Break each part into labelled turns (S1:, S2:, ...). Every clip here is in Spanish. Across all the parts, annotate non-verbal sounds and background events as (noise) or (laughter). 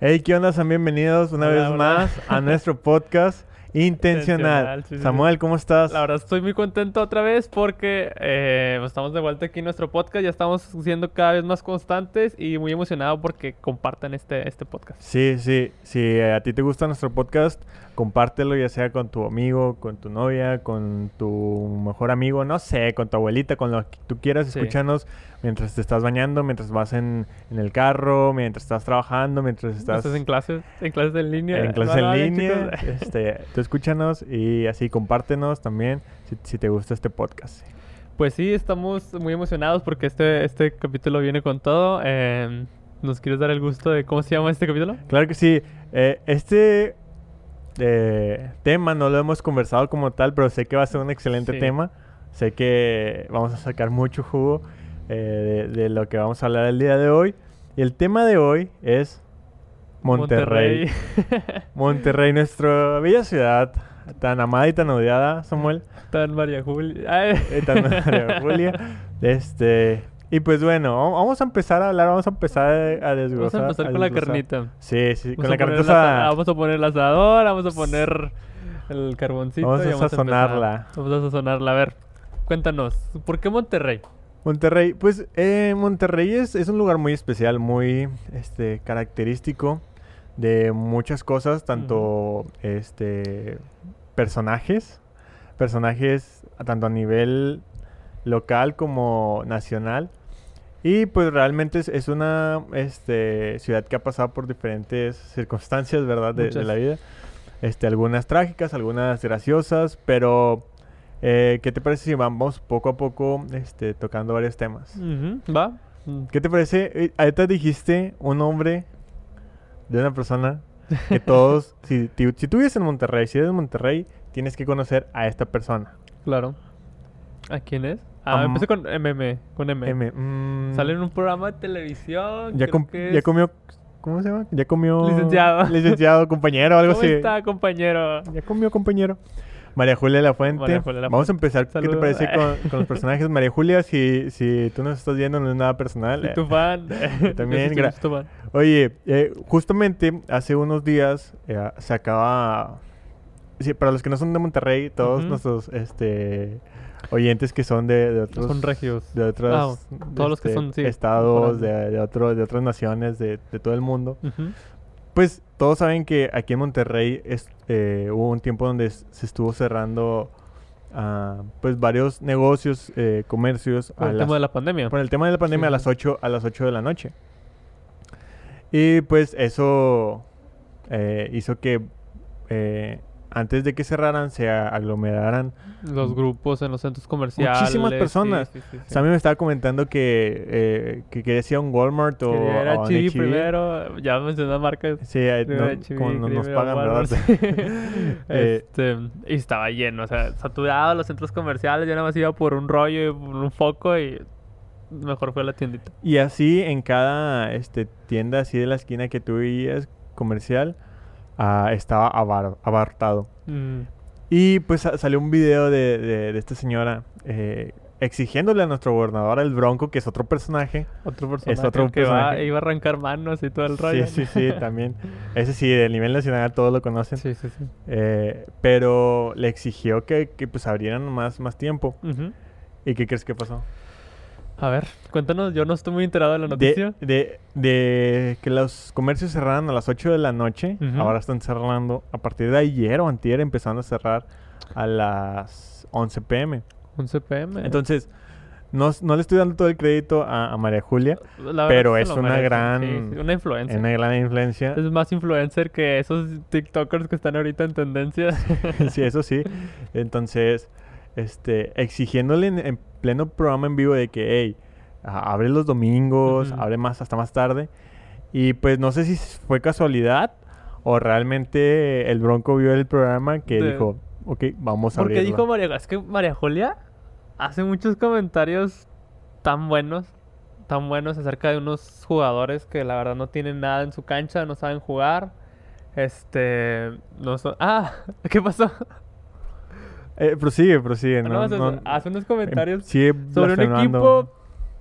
S1: Hey, ¿qué onda? Sean bienvenidos una
S2: Hola,
S1: vez
S2: hola.
S1: más a
S2: (laughs)
S1: nuestro podcast Intencional.
S2: Intencional, sí, sí, sí.
S1: Samuel, ¿cómo estás?
S2: La verdad estoy muy contento otra vez porque eh, pues, estamos de vuelta aquí en nuestro podcast, ya estamos siendo cada vez más constantes y muy emocionado porque compartan este, este podcast.
S1: Sí, sí. Si a ti te gusta nuestro podcast, compártelo ya sea con tu amigo, con tu novia, con tu mejor amigo, no sé, con tu abuelita, con lo que tú quieras.
S2: Sí.
S1: Escúchanos mientras te estás bañando, mientras vas en, en el carro, mientras estás trabajando, mientras
S2: Estás,
S1: estás...
S2: en clases, en clases en línea. Ah,
S1: En
S2: No
S1: clase
S2: lo hagan,
S1: en línea, (laughs)
S2: chicos.
S1: este, tú escúchanos y así compártenos también si, si te gusta este podcast.
S2: Pues sí, estamos muy emocionados porque este, este capítulo viene con todo. Eh, ¿Nos quieres dar el gusto de cómo se llama este capítulo?
S1: Claro que sí. Eh, este eh, tema no lo hemos conversado como tal, pero sé que va a ser un excelente
S2: Sí.
S1: tema. Sé que vamos a sacar mucho jugo eh, de, de lo que vamos a hablar el día de hoy. Y el tema de hoy es Monterrey. Monterrey,
S2: Monterrey. (laughs)
S1: nuestra bella ciudad, tan amada y tan odiada, Samuel.
S2: Tan María Julia. Ay.
S1: Eh,
S2: (laughs)
S1: tan amada, Julia. Este, y pues bueno, vam- vamos a empezar a hablar, vamos a empezar a- a desglosar.
S2: Vamos a empezar con la
S1: desglosar.
S2: carnita.
S1: Sí, sí,
S2: Vamos
S1: con la
S2: a poner
S1: carnita.
S2: el asa-
S1: asada.
S2: Vamos a poner el asador, vamos a poner el carboncito.
S1: Vamos
S2: y
S1: a sazonarla.
S2: empezar. Vamos a sazonarla. A ver, cuéntanos, ¿por qué Monterrey?
S1: Monterrey, pues eh, Monterrey es, es un lugar muy especial, muy este, característico de muchas cosas, tanto este, personajes, personajes a- tanto a nivel local como nacional. Y pues realmente es, es una este, ciudad que ha pasado por diferentes circunstancias, ¿verdad? De, de
S2: Muchas.
S1: la vida. Este, algunas trágicas, algunas graciosas, pero eh, ¿qué te parece si vamos poco a poco este, tocando varios temas?
S2: Ujú, ¿Va? Mm,
S1: ¿Qué te parece? Eh, Ahorita dijiste un nombre de una persona que
S2: (laughs)
S1: todos, si, ti- si tú vives en Monterrey, si eres de Monterrey, tienes que conocer a esta persona.
S2: Claro. ¿A quién es? Ah,
S1: Am-
S2: empecé con MM, con M.
S1: M, mm,
S2: Sale en un programa de televisión.
S1: ya,
S2: creo
S1: com-
S2: que
S1: ya
S2: es-
S1: comió, ¿cómo se llama? Ya comió...
S2: Licenciado.
S1: Licenciado, compañero, algo
S2: ¿Cómo
S1: así.
S2: está, compañero?
S1: Ya comió, compañero. María Julia de la Fuente.
S2: María Julia de la
S1: Vamos a empezar. ¿Qué te
S2: Saludos.
S1: parece con, con los personajes? María Julia, si, si tú nos estás viendo, no es nada personal.
S2: Soy tu fan.
S1: (laughs) Yo
S2: (laughs)
S1: también,
S2: soy
S1: gra-
S2: tu fan.
S1: Oye, eh, justamente hace unos días eh, se acaba. Sí, para los que no son de Monterrey, todos
S2: Ujú.
S1: nuestros este, oyentes que son de, de otros.
S2: Son regios.
S1: De otros.
S2: Ah, todos los que
S1: este,
S2: son, sí,
S1: Estados,
S2: por
S1: de, de, otro- de otras naciones, de, de todo el mundo.
S2: Ujú.
S1: Pues todos saben que aquí en Monterrey es- eh, hubo un tiempo donde s- se estuvo cerrando. ah, pues varios negocios, eh, comercios.
S2: Por
S1: a
S2: el
S1: las-
S2: tema de la pandemia.
S1: por el tema de la pandemia a
S2: sí.
S1: las 8 a las 8 de la noche. Y pues eso eh, hizo que eh, antes de que cerraran se a- aglomeraran.
S2: Los grupos en los centros comerciales. sí,
S1: personas.
S2: sí, sí, sí.
S1: Sammy me estaba comentando que, eh, que quería ir a un Walmart o
S2: Quería ir
S1: a
S2: a
S1: un
S2: Chibi
S1: H-E-B.
S2: primero, ya mencioné marcas.
S1: Sí, eh,
S2: Quería ir
S1: no-
S2: a Chibi,
S1: como no
S2: quería
S1: nos
S2: ir a
S1: pagan,
S2: Walmart.
S1: ¿verdad?
S2: (laughs)
S1: (laughs) Eh,
S2: este, y estaba lleno, o sea, saturado los centros comerciales, yo nada más iba por un rollo y por un foco y mejor fue a la tiendita.
S1: Y así en cada este, tienda así de la esquina que tú veías comercial ah, estaba abar- abartado.
S2: Mm,
S1: Y pues sa- salió un video de, de- de esta señora eh, exigiéndole a nuestro gobernador, el Bronco, que es otro personaje.
S2: otro personaje
S1: otro
S2: que va-
S1: personaje.
S2: iba a arrancar manos y todo el rollo.
S1: Sí, sí,
S2: (laughs)
S1: sí, también. Ese sí, del nivel nacional todos lo conocen.
S2: sí, sí, sí.
S1: Eh, pero le exigió que, que, pues abrieran más, más tiempo.
S2: Ujú.
S1: ¿Y qué crees que pasó?
S2: A ver, cuéntanos, yo no estoy muy enterado de la noticia.
S1: De, de- de que los comercios cerraran a las 8 de la noche,
S2: Ujú.
S1: ahora están cerrando a partir de ayer o antier, empezando a cerrar a las 11 pm.
S2: Un CPM.
S1: Entonces, no, no le estoy dando todo el crédito a- a María Julia. pero es una gran-
S2: una influencia.
S1: Es una gran influencia.
S2: Es más influencer que esos TikTokers que están ahorita en tendencia.
S1: (laughs) sí, eso sí. Entonces, este, exigiéndole en, en pleno programa en vivo de que, hey, abre los domingos,
S2: Ujú.
S1: abre más hasta más tarde. Y pues no sé si s- fue casualidad o realmente el Bronco vio el programa que
S2: De-
S1: dijo, ok, vamos a
S2: (laughs) Porque
S1: abrirlo.
S2: dijo María, es que María Julia hace muchos comentarios tan buenos, tan buenos acerca de unos jugadores que la verdad no tienen nada en su cancha, no saben jugar. Este, no son- Ah, (laughs)
S1: (laughs)
S2: ¿qué pasó? Ah,
S1: Eh, prosigue, prosigue.
S2: No,
S1: No,
S2: o sea,
S1: no-
S2: hace unos
S1: em-
S2: comentarios
S1: sigue
S2: sobre un
S1: blasfemando.
S2: equipo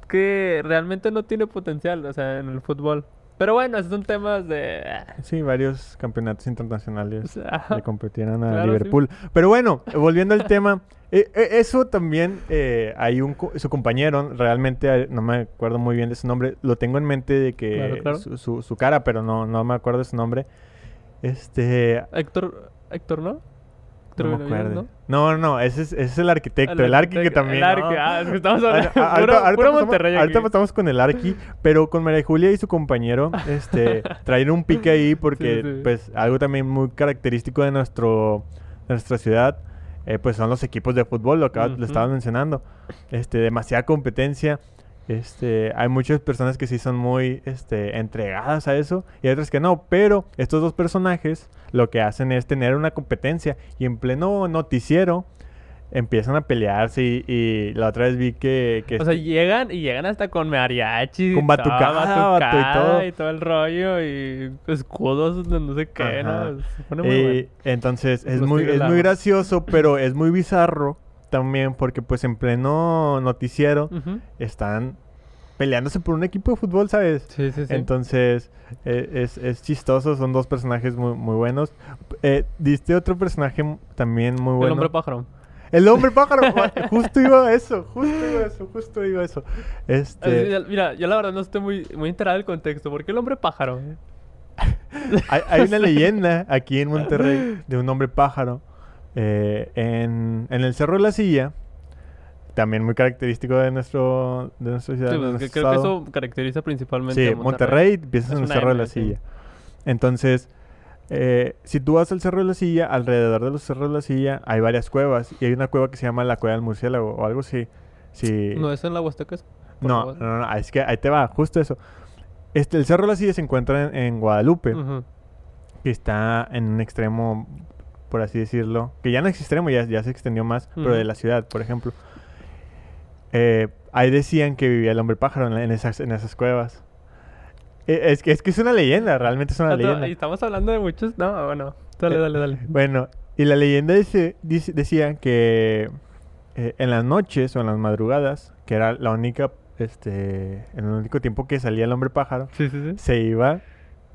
S2: que realmente no tiene potencial, o sea, en el fútbol. Pero bueno, esos son temas de... eh,
S1: Sí, varios campeonatos internacionales
S2: sea,
S1: le competieron a
S2: claro, sí.
S1: Liverpool. Pero bueno, volviendo al tema, (laughs) eh, eh, eso también eh, hay un co- su compañero, realmente eh, no me acuerdo muy bien de su nombre, lo tengo en mente de que
S2: Claro, claro.
S1: Su, su- su cara, pero no, no me acuerdo de su nombre. Este,
S2: Héctor, Héctor, ¿no? Héctor
S1: no me
S2: Benavides,
S1: acuerdo.
S2: ¿no?
S1: No, no, ese es, ese es el arquitecto, el, arqui que también.
S2: El Arqui,
S1: ¿no?
S2: ah, es que estamos hablando.
S1: Ahora- a-
S2: puro
S1: ahorita- ahorita
S2: puro
S1: pasamos-
S2: Monterrey.
S1: Ahorita
S2: aquí.
S1: pasamos con el Arqui, pero con María Julia y su compañero,
S2: (laughs)
S1: este, traer un pique ahí porque,
S2: Sí, sí.
S1: pues, algo también muy característico de nuestro, de nuestra ciudad, eh, pues, son los equipos de fútbol, lo que
S2: Ujú.
S1: lo estaba mencionando. Este, demasiada competencia. Este, hay muchas personas que sí son muy, este, entregadas a eso y hay otras que no, pero estos dos personajes lo que hacen es tener una competencia y en pleno noticiero empiezan a pelearse y, y la otra vez vi que, que
S2: O sea, llegan y llegan hasta con mariachi. y
S1: Con
S2: toda
S1: batucada, vato, y
S2: batucada
S1: todo.
S2: Y todo el rollo y escudos de no sé qué,
S1: Ajá.
S2: ¿no? Se pone muy
S1: Y
S2: bueno.
S1: eh, entonces es
S2: Los
S1: muy,
S2: Tigres
S1: es
S2: la
S1: muy
S2: aman. (laughs)
S1: gracioso, pero es muy bizarro también porque pues en pleno noticiero
S2: Ujú.
S1: están peleándose por un equipo de fútbol, ¿sabes?
S2: Sí, sí, sí.
S1: Entonces eh, es, es chistoso, son dos personajes muy, muy buenos. Eh, Diste otro personaje m- también muy bueno.
S2: El hombre pájaro.
S1: El hombre pájaro. (laughs) ju- justo iba a eso, justo iba a eso, justo iba a eso.
S2: Así,
S1: Este,
S2: ya- Mira, yo la verdad no estoy muy, muy enterado del contexto. ¿Por qué el hombre pájaro?
S1: hay, hay
S2: (laughs)
S1: una leyenda aquí en Monterrey de un hombre pájaro eh, en, en el Cerro de la Silla, también muy característico de nuestro de nuestra ciudad.
S2: Sí,
S1: de
S2: pues,
S1: nuestro
S2: que creo que
S1: estado.
S2: eso caracteriza principalmente
S1: Sí,
S2: a
S1: Monterrey, empiezas
S2: Es
S1: en el
S2: una
S1: Cerro de
S2: M,
S1: la
S2: sí.
S1: Silla. Entonces, eh, si tú vas al Cerro de la Silla, alrededor de los Cerros de la Silla hay varias cuevas y hay una cueva que se llama la Cueva del Murciélago o algo así. Sí.
S2: No es en la Huasteca. es- por
S1: No, no,
S2: favor.
S1: no, no, es que ahí te va, justo eso. Este, el Cerro de la Silla se encuentra en, en Guadalupe,
S2: Ujú.
S1: que está en un extremo, por así decirlo, que ya no es extremo, ya, ya se extendió más, pero de
S2: Ujú.
S1: la ciudad, por ejemplo. Eh, ahí decían que vivía el hombre pájaro en, la- en esas, en esas cuevas. Eh, Es que, es que es una leyenda, realmente es una
S2: Ah, no,
S1: leyenda.
S2: y estamos hablando de muchos. No, bueno. Dale,
S1: Eh,
S2: dale, dale.
S1: Bueno, y la leyenda dice, dice- decía que eh, en las noches o en las madrugadas, que era la única, este, el único tiempo que salía el hombre pájaro,
S2: Sí, sí, sí.
S1: se iba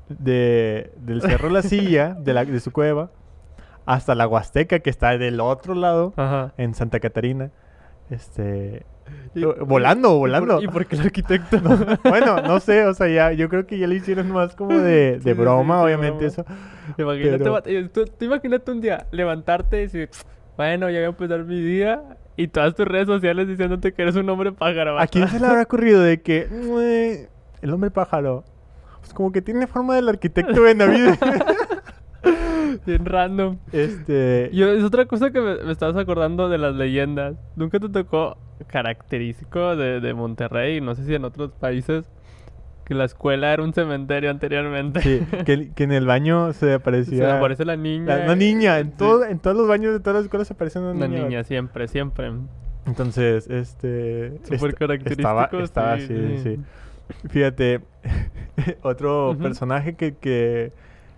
S1: de, del cerro La Silla, de, la, de su cueva, hasta la Huasteca, que está del otro lado,
S2: Ajá.
S1: en Santa Catarina. Este,
S2: Y-
S1: eh, volando, volando.
S2: ¿Y por, y por qué el arquitecto?
S1: bueno, (laughs) no sé, o sea, ya, yo creo que ya le hicieron más como de, de
S2: Sí, sí,
S1: broma,
S2: sí, de
S1: obviamente,
S2: broma.
S1: eso.
S2: (laughs) Imagínate,
S1: Pero-
S2: va- eh, tú, tú imagínate un día levantarte y decir, bueno, ya voy a empezar mi día y todas tus redes sociales diciéndote que eres un hombre pájaro.
S1: ¿A
S2: vato.
S1: quién se le habrá ocurrido de que "Mue, el hombre pájaro? Pues como que tiene forma del arquitecto
S2: (laughs)
S1: Benavides.
S2: (laughs) Bien random.
S1: este.
S2: Yo, es otra cosa que me, me estabas acordando de las leyendas. Nunca te tocó característico de, de Monterrey, no sé si en otros países, que la escuela era un cementerio anteriormente.
S1: sí, que, que en el baño se aparecía.
S2: Se aparece la
S1: la-
S2: niña.
S1: una niña. En,
S2: Sí.
S1: todo- en todos los baños de todas las escuelas aparece una niña.
S2: Una niña, siempre, siempre.
S1: Entonces, este.
S2: Súper
S1: est-
S2: característico,
S1: Estaba, estaba
S2: sí,
S1: así, sí.
S2: sí.
S1: Fíjate, (laughs) otro
S2: Ujú.
S1: personaje que, que,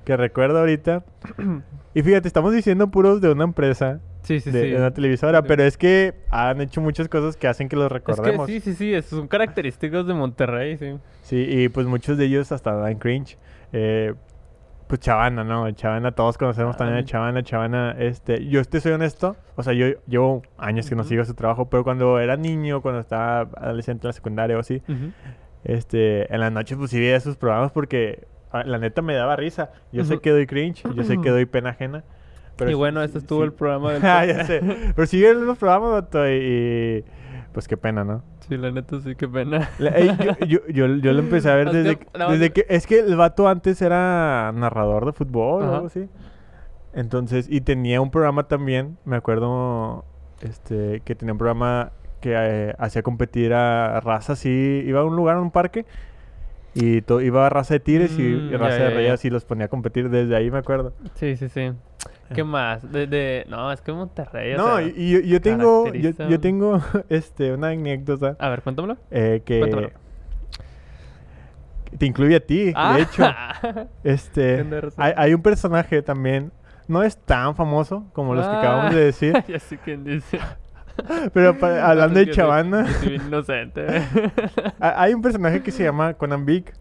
S1: que recuerdo ahorita. (clears throat) Y fíjate, estamos diciendo puros de una empresa,
S2: Sí, sí,
S1: de,
S2: sí.
S1: de una televisora,
S2: Sí.
S1: pero es que han hecho muchas cosas que hacen que los
S2: Es que
S1: recordemos.
S2: sí, sí, sí, esos son característicos de Monterrey, sí.
S1: Sí, y pues muchos de ellos hasta dan cringe. Eh, pues Chavana, ¿no? Chavana, todos conocemos también a
S2: Ay.
S1: Chavana. Chavana, este, yo te soy honesto, o sea, yo llevo años que no
S2: Ujú.
S1: sigo su trabajo, pero cuando era niño, cuando estaba adolescente en la secundaria o así,
S2: Ujú.
S1: este, en las noches pues sí veía sus programas porque ah, la neta me daba risa. Yo sé
S2: Ujú.
S1: que doy cringe, yo sé
S2: (clears throat)
S1: que doy pena ajena. Pero
S2: y
S1: sí-
S2: bueno,
S1: sí-
S2: este estuvo
S1: sí-
S2: el programa del...
S1: (laughs) Ah, ya sé. Pero sí vieron los programas, vato, y- y pues qué pena, ¿no?
S2: (laughs) Sí, la neta sí, qué pena.
S1: La- ey,
S2: (laughs)
S1: yo, yo, yo, yo lo empecé a ver
S2: Es que,
S1: desde, que,
S2: no,
S1: desde
S2: yo-
S1: que... Es que el vato antes era narrador de fútbol o
S2: Ajá.
S1: algo así. Entonces, y tenía un programa también, me acuerdo, este, que tenía un programa que eh, hacía competir a raza así, iba a un lugar, a un parque, y to- iba a raza de tigres y-
S2: Mm,
S1: y
S2: ya,
S1: raza
S2: ya,
S1: de
S2: ya.
S1: reyes y los ponía a competir, desde ahí me acuerdo.
S2: Sí, sí, sí. ¿Qué más? De, de- No, es que Monterrey, o
S1: Ah. No,
S2: sea,
S1: y, y yo, yo tengo, yo,
S2: caracteriza-
S1: yo tengo, (laughs) este, una anécdota.
S2: A ver, cuéntamelo.
S1: Eh, que
S2: Ah. Cuéntamelo.
S1: te incluye a ti,
S2: Ah.
S1: de
S2: (laughs)
S1: hecho. Este,
S2: Tienes razón.
S1: hay, hay un personaje también, no es tan famoso como los que
S2: Ah.
S1: acabamos de
S2: (laughs)
S1: decir,
S2: ya sé quién dice.
S1: pero
S2: (laughs)
S1: pa- hablando de
S2: Así que soy-
S1: Chavana, (laughs)
S2: que soy bien inocente.
S1: ha- hay un personaje que se llama Conan Big.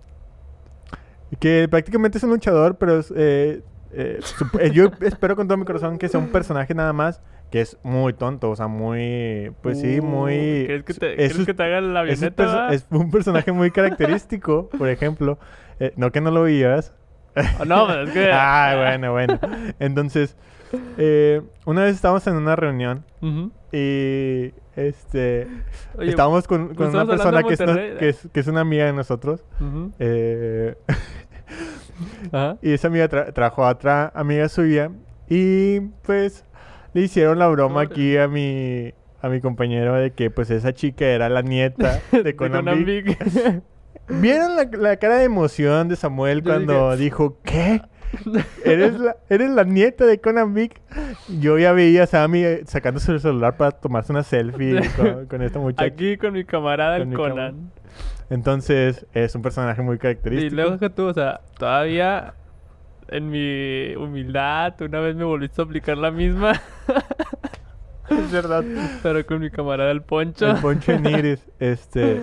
S1: Que prácticamente es un luchador, pero es, eh, eh, sup- eh, yo (laughs) espero con todo mi corazón que sea un personaje nada más que es muy tonto, o sea, muy, pues sí,
S2: Uh,
S1: muy...
S2: ¿Crees que te,
S1: es
S2: ¿crees que te haga la
S1: es un,
S2: avioneta?
S1: perso-
S2: va?
S1: es un personaje muy característico, por ejemplo. Eh, no que no lo veías.
S2: Ah, no, pero es que.
S1: (laughs) Ah, bueno, bueno. Entonces, eh, una vez estábamos en una reunión
S2: Ujú.
S1: y este
S2: Oye,
S1: estábamos con, con una
S2: estamos
S1: persona
S2: hablando de
S1: que es, una-
S2: Monterrey.
S1: que es- que es una amiga de nosotros.
S2: ujú.
S1: eh,
S2: Ajá.
S1: y esa amiga tra- trajo a otra amiga suya y pues le hicieron la broma
S2: Órale.
S1: aquí a mi a mi compañero de que pues esa chica era la
S2: (laughs)
S1: nieta de Konami.
S2: Konami.
S1: ¿Vieron la, la cara de emoción de Samuel
S2: Yo
S1: cuando dijo,
S2: (laughs)
S1: ¿qué? ¿Eres la, ¿Eres la nieta de Conan Big? Yo ya veía a Sammy eh, sacándose el celular para tomarse una
S2: (laughs)
S1: selfie con, con esta muchacha.
S2: Aquí con mi camarada
S1: Con
S2: el
S1: mi
S2: Conan.
S1: Entonces, es un personaje muy
S2: Y
S1: característico.
S2: luego que tú, o sea, todavía en mi humildad, una vez me volviste a aplicar la misma,
S1: (laughs)
S2: (laughs)
S1: es verdad.
S2: pero con mi camarada el Poncho.
S1: El poncho en iris, este,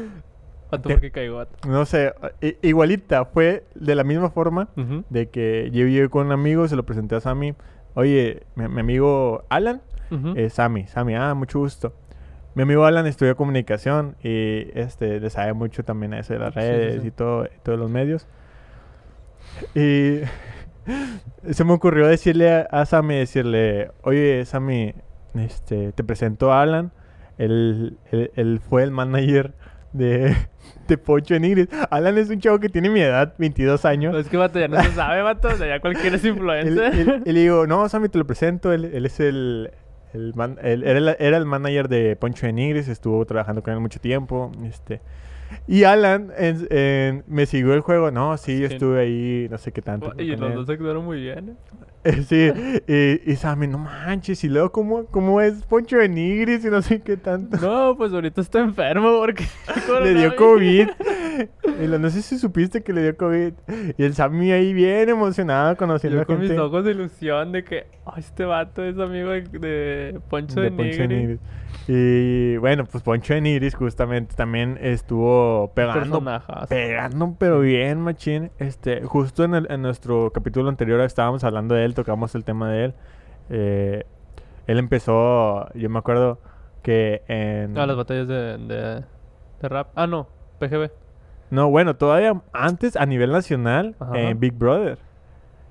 S2: Vato,
S1: te-
S2: ¿por qué caigo, vato?
S1: no sé, i- igualita, fue de la misma forma
S2: Ujú,
S1: de que yo llegué con un amigo, se lo presenté a Sammy. Oye, mi- mi amigo Alan,
S2: ujú.
S1: Eh, Sammy, Sammy, ah, mucho gusto. Mi amigo Alan estudia comunicación y este le sabe mucho también a eso de las
S2: Sí, sí,
S1: redes
S2: sí.
S1: y todo, y todos los medios. Y (laughs) se me ocurrió decirle a, a Sammy, decirle, oye Sammy, este, te presento a Alan, él, él- él fue el manager de, (laughs) de Pocho en Ingrid. Alan es un chavo que tiene mi edad, 22 años.
S2: Es que, vato, ya no se sabe, vato. O sea, ya
S1: (laughs)
S2: cualquiera es
S1: Él-
S2: influencer. (laughs)
S1: él- Y le digo, no, Sammy, te lo presento. Él, él es el. el man- él era, el- era el manager de Poncho de Nigris. Estuvo trabajando con él mucho tiempo. Este. Y Alan en- en- me siguió el juego. No, sí, yo
S2: Sí.
S1: estuve ahí, no sé qué tanto.
S2: Y
S1: con
S2: los
S1: él".
S2: dos actuaron muy bien. ¿eh?
S1: (laughs) sí, y, y Sammy, no manches. Y luego, ¿cómo, cómo es Poncho de Nigris? Y no sé qué
S2: (laughs)
S1: tanto.
S2: No, pues ahorita está enfermo porque... (laughs)
S1: Le dio
S2: coronavirus.
S1: COVID. Y lo- no sé si supiste que le dio COVID. Y el Sammy ahí bien emocionado conociendo
S2: Yo
S1: a
S2: con
S1: gente.
S2: mis ojos de ilusión de que "Ay, este vato es amigo de, de Poncho de,
S1: de Poncho en
S2: Nigri".
S1: Iris. Y bueno, pues Poncho en Iris justamente también estuvo pegando,
S2: Personajazo.
S1: pegando, pero bien, machín. Este, justo en, el- en nuestro capítulo anterior estábamos hablando de él, tocamos el tema de él. Eh, él empezó, yo me acuerdo que en...
S2: Ah, las batallas de, de, de rap. Ah, no, PGB.
S1: no, bueno, todavía antes a nivel nacional
S2: Ajá.
S1: en Big Brother.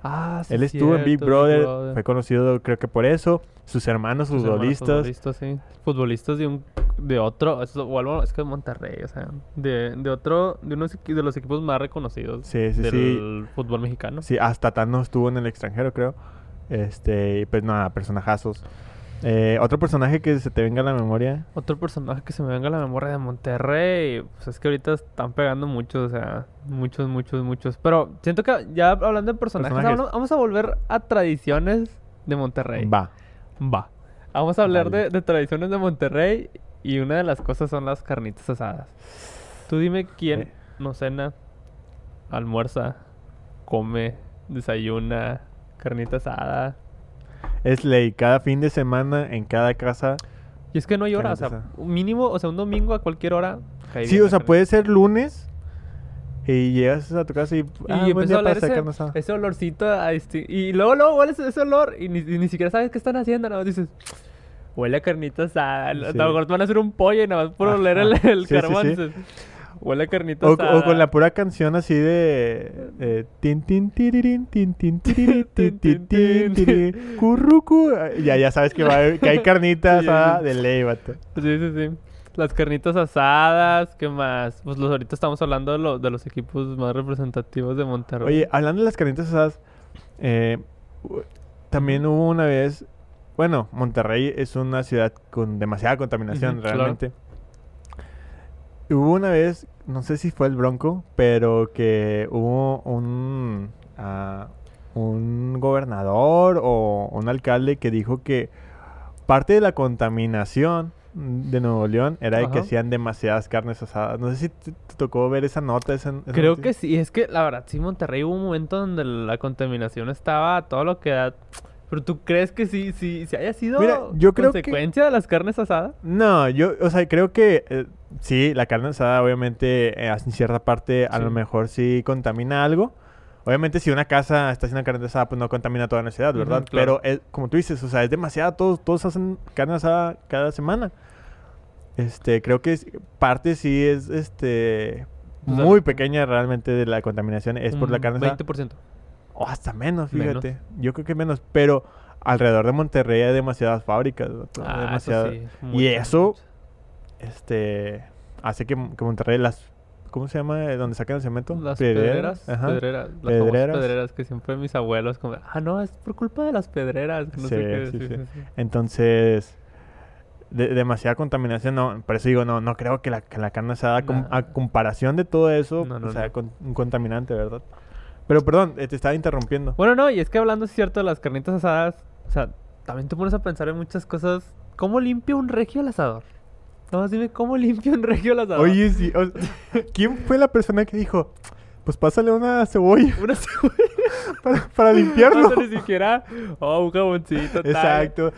S2: Ah, sí.
S1: él estuvo en Big
S2: cierto,
S1: Brother, fue conocido creo que por eso. Sus hermanos
S2: Sus hermanos
S1: futbolistas.
S2: Futbolistas, sí. Futbolistas de un de otro, es, o algo- es que de Monterrey, o sea, de, de otro de unos equi- de los equipos más reconocidos
S1: Sí, sí,
S2: del
S1: sí.
S2: fútbol mexicano.
S1: Sí, hasta Thanos estuvo en el extranjero, creo. Este, y pues nada, personajazos. Eh, Otro personaje que se te venga a la memoria.
S2: Otro personaje que se me venga a la memoria de Monterrey, pues es que ahorita están pegando muchos, o sea, muchos, muchos, muchos. Pero siento que ya hablando de personajes,
S1: Personajes.
S2: hablo- vamos a volver a tradiciones de Monterrey.
S1: Va.
S2: Va. Vamos a hablar
S1: Vale.
S2: de, de tradiciones de Monterrey y una de las cosas son las carnitas asadas. Tú dime quién
S1: Eh.
S2: no cena, almuerza, come, desayuna, carnita asada.
S1: Es ley, cada fin de semana en cada casa.
S2: Y es que no hay hora, o sea,
S1: Carnita
S2: un mínimo, o sea, un domingo a cualquier hora. cae
S1: Sí,
S2: bien
S1: o
S2: la
S1: sea,
S2: carnita.
S1: puede ser lunes y llegas a tu casa y. Ah,
S2: y
S1: buen
S2: empezó
S1: día
S2: a oler
S1: para
S2: ese,
S1: sacarnos a-
S2: ese olorcito a este- Y luego, luego hueles ese olor y ni, y ni siquiera sabes qué están haciendo. Nada más dices, huele a carnitas asada. A
S1: Sí.
S2: lo mejor te van a hacer un pollo y nada más por
S1: Ajá.
S2: oler el, el
S1: Sí, sí,
S2: carbón.
S1: sí.
S2: dices, huele a carnitas
S1: O,
S2: asada.
S1: o con la pura canción así de. eh, tin, tin, tirirín, tin, tin, tirirí, tin, tin, tin, tirirí, currucu. Ah, Ya, ya sabes que, va a haber- que hay carnitas
S2: Sí,
S1: asada
S2: sí.
S1: de ley, vato.
S2: Sí, sí, sí. Las carnitas asadas, ¿qué más? Pues los, ahorita estamos hablando de, lo- de los equipos más representativos de Monterrey.
S1: Oye, hablando de las carnitas asadas, eh, u- también hubo una vez. Bueno, Monterrey es una ciudad con demasiada contaminación,
S2: Ujú, claro.
S1: realmente. Hubo una vez, no sé si fue el Bronco, pero que hubo un. ah, un gobernador o un alcalde que dijo que parte de la contaminación de Nuevo León era de que
S2: Ajá.
S1: hacían demasiadas carnes asadas. No sé si te, te tocó ver esa nota. Esa, esa
S2: Creo
S1: noticia.
S2: que sí, es que la verdad, sí, Monterrey hubo un momento donde la contaminación estaba a todo lo que da. Pero tú crees que sí, sí, sí haya sido
S1: Mira, yo creo que-
S2: consecuencia de las carnes asadas?
S1: No, yo, o sea, creo que eh, sí, la carne asada obviamente eh, en cierta parte a
S2: Sí.
S1: lo mejor sí contamina algo, Obviamente, si una casa está haciendo carne asada, pues no contamina toda la ciudad, ¿verdad?
S2: Ujú, claro.
S1: Pero es- como tú dices, o sea, es demasiado. Todos, todos hacen carne asada cada semana. Este, creo que es- parte sí es este
S2: O sea,
S1: muy pequeña realmente de la contaminación. Es por la
S2: un
S1: carne asada.
S2: 20%.
S1: O hasta menos,
S2: Mm, Menos.
S1: fíjate. Yo creo que menos, pero alrededor de Monterrey hay demasiadas fábricas. vato,
S2: Ah, eso
S1: demasiada-
S2: sí,
S1: y
S2: mucho,
S1: eso-
S2: mucho.
S1: Este, hace que, que Monterrey las... ¿Cómo se llama? eh, Donde sacan el cemento.
S2: Las pedreras,
S1: Ajá.
S2: pedreras, las famosas
S1: Pedreras.
S2: pedreras que siempre mis abuelos como, ah, no, es por culpa de las pedreras, que no sé
S1: Sí,
S2: qué,
S1: sí,
S2: sí,
S1: sí.
S2: sí, sí.
S1: Entonces, de- demasiada contaminación. No, por eso digo, no, no creo que la, que la carne asada, com-
S2: Nah.
S1: a comparación de todo eso,
S2: No, no,
S1: o sea,
S2: no.
S1: con- un contaminante, ¿verdad? Pero perdón, eh, te estaba interrumpiendo.
S2: Bueno, no, y es que hablando, es cierto, de las carnitas asadas, o sea, también te pones a pensar en muchas cosas. ¿Cómo limpia un regio el asador? Nomás dime, ¿cómo limpia un regio el asador?
S1: Oye, sí, o- (laughs) ¿quién fue la persona que dijo, pues pásale una cebolla (laughs)
S2: (laughs) Una cebolla,
S1: para, para
S2: no (laughs)
S1: limpiarlo?
S2: ni siquiera, oh, un jaboncito, tal.
S1: Exacto.